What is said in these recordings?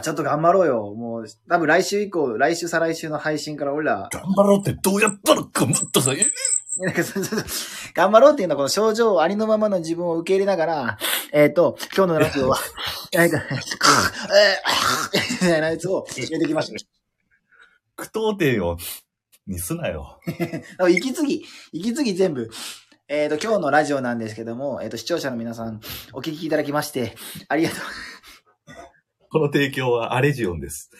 ちょっと頑張ろうよ。もう、多分来週以降、来週再来週の配信から俺ら、 頑張ろうってどうやったら頑張ったさ、えなんかそうそうそう頑張ろうっていうのはこの症状をありのままの自分を受け入れながら、えっ、と、今日のラジオは、なんか、 えー、みたいなやつを入れてきました。苦闘定を、にすなよ。あ息継ぎ、息継ぎ全部。えっ、と、今日のラジオなんですけども、えっ、と、視聴者の皆さん、お聞きいただきまして、ありがとこの提供はアレジオンです。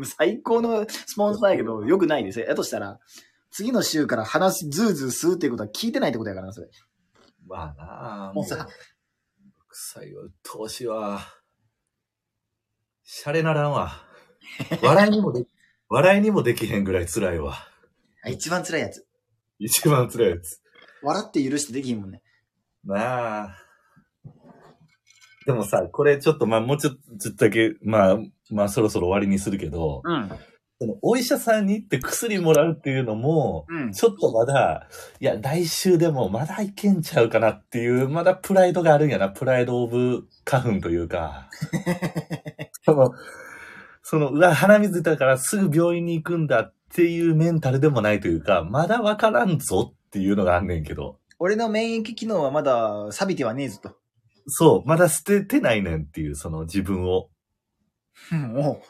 う。 最高のスポンサーやけど、良くないですよ。だとしたら、次の週から話、ズーズーするっていうことは聞いてないってことやからな、それ。まあなあ、もうさ臭いわ、鬱陶しいわ。シャレならんわ。笑いにもで、笑いにもできへんぐらい辛いわ。あ一番辛いやつ。一番辛いやつ。笑って許してできひんもんね。なあ。でもさ、これちょっとまあもうちょっとだけ、まあ、まあそろそろ終わりにするけど、うん。そのお医者さんに行って薬もらうっていうのも、うん。ちょっとまだ、いや、来週でもまだいけんちゃうかなっていう、まだプライドがあるんやな。プライドオブ花粉とい うか。その、その、うわ、鼻水だからすぐ病院に行くんだっていうメンタルでもないというか、まだわからんぞっていうのがあんねんけど。俺の免疫機能はまだ錆びてはねえぞと。そう、まだ捨ててないねんっていう、その自分を。うん、おう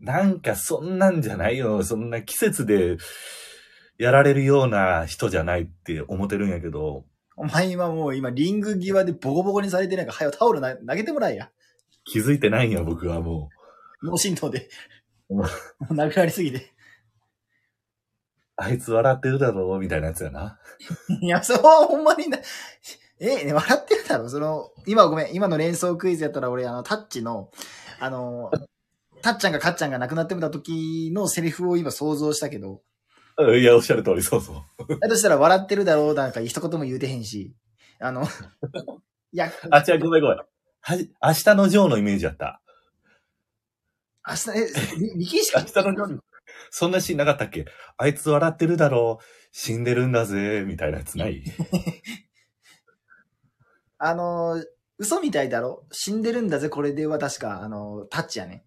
なんかそんなんじゃないよ。そんな季節でやられるような人じゃないって思ってるんやけど、お前今もう今リング際でボコボコにされてなんか、はよタオルな投げてもらえや。気づいてないんや、僕はもう。脳震盪で。おも前うなくなりすぎて。 あいつ笑ってるだろうみたいなやつやな。いや、そうほんまにな。え、ね、笑ってるだろその、今ごめん、今の連想クイズやったら俺、あの、タッチの、あの、タッちゃんがカッちゃんが亡くなってみた時のセリフを今想像したけど、うんいや、おっしゃる通り、そうそう。だとしたら笑ってるだろうなんか一言も言うてへんし、あの、い や、あ、違う、ごめんごめん。はじ、明日のジョーのイメージやった。明日、え、り力士明日のジョーそんなシーンなかったっけあいつ笑ってるだろう死んでるんだぜみたいなやつないあのー、嘘みたいだろ死んでるんだぜ、これでは確か、あのー、タッチやね。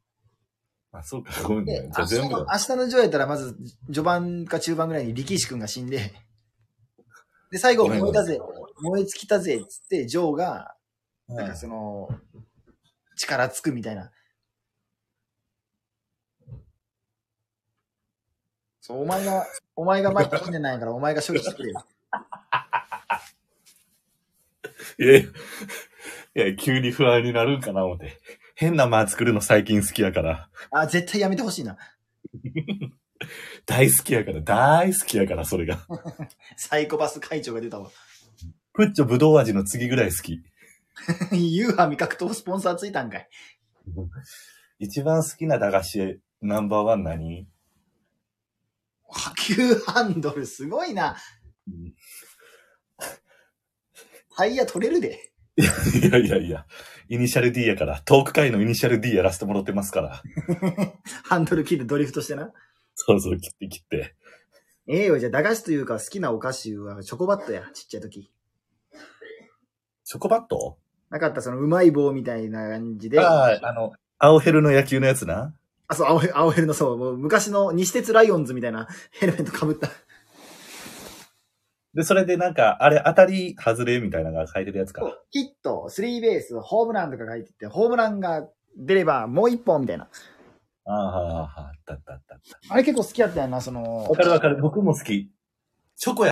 あ、そうか、ごめんごめでん。、じゃ明あ日全部のだ。明日のジョーやったら、まず、序盤か中盤ぐらいに力士くんが死んで、で、最後、ごめん燃ごえめんたぜ、燃え尽きたぜ、つって、ジョーが、うんなんかその、力つくみたいな。そう、お前が、お前が前に死んでないから、お前が処理してくれよ。いやいや、いや、急に不安になるんかな、思って。変な間作るの最近好きやから。あ、絶対やめてほしいな。大好きやから、大好きやから、それが。サイコパス会長が出たわ。 プッチョぶどう味の次ぐらい好き。ユーハ味覚糖スポンサーついたんかい。一番好きな駄菓子、ナンバーワン何波及ハンドルすごいな。タイヤ取れるで。いやいやいや、イニシャル D やから、トーク界のイニシャル D やらせてもらってますから。ハンドル切ってドリフトしてな。そうそう、切って切って。ええよ、じゃあ駄菓子というか好きなお菓子はチョコバットや、ちっちゃい時。チョコバットなかったそのうまい棒みたいな感じで。あああ、あの、青ヘルの野球のやつな。そう、青ヘ青ヘルのそう、もう昔の西鉄ライオンズみたいなヘルメットかぶった。で、それでなんか、あれ、当たり、外れみたいなのが書いてるやつか。ヒット、スリーベース、ホームランとか書いてて、ホームランが出ればもう一本みたいな。ああ、あったあったあった。あれ結構好きやったよな、そのわ。かるわかる、僕も好き。チョコや。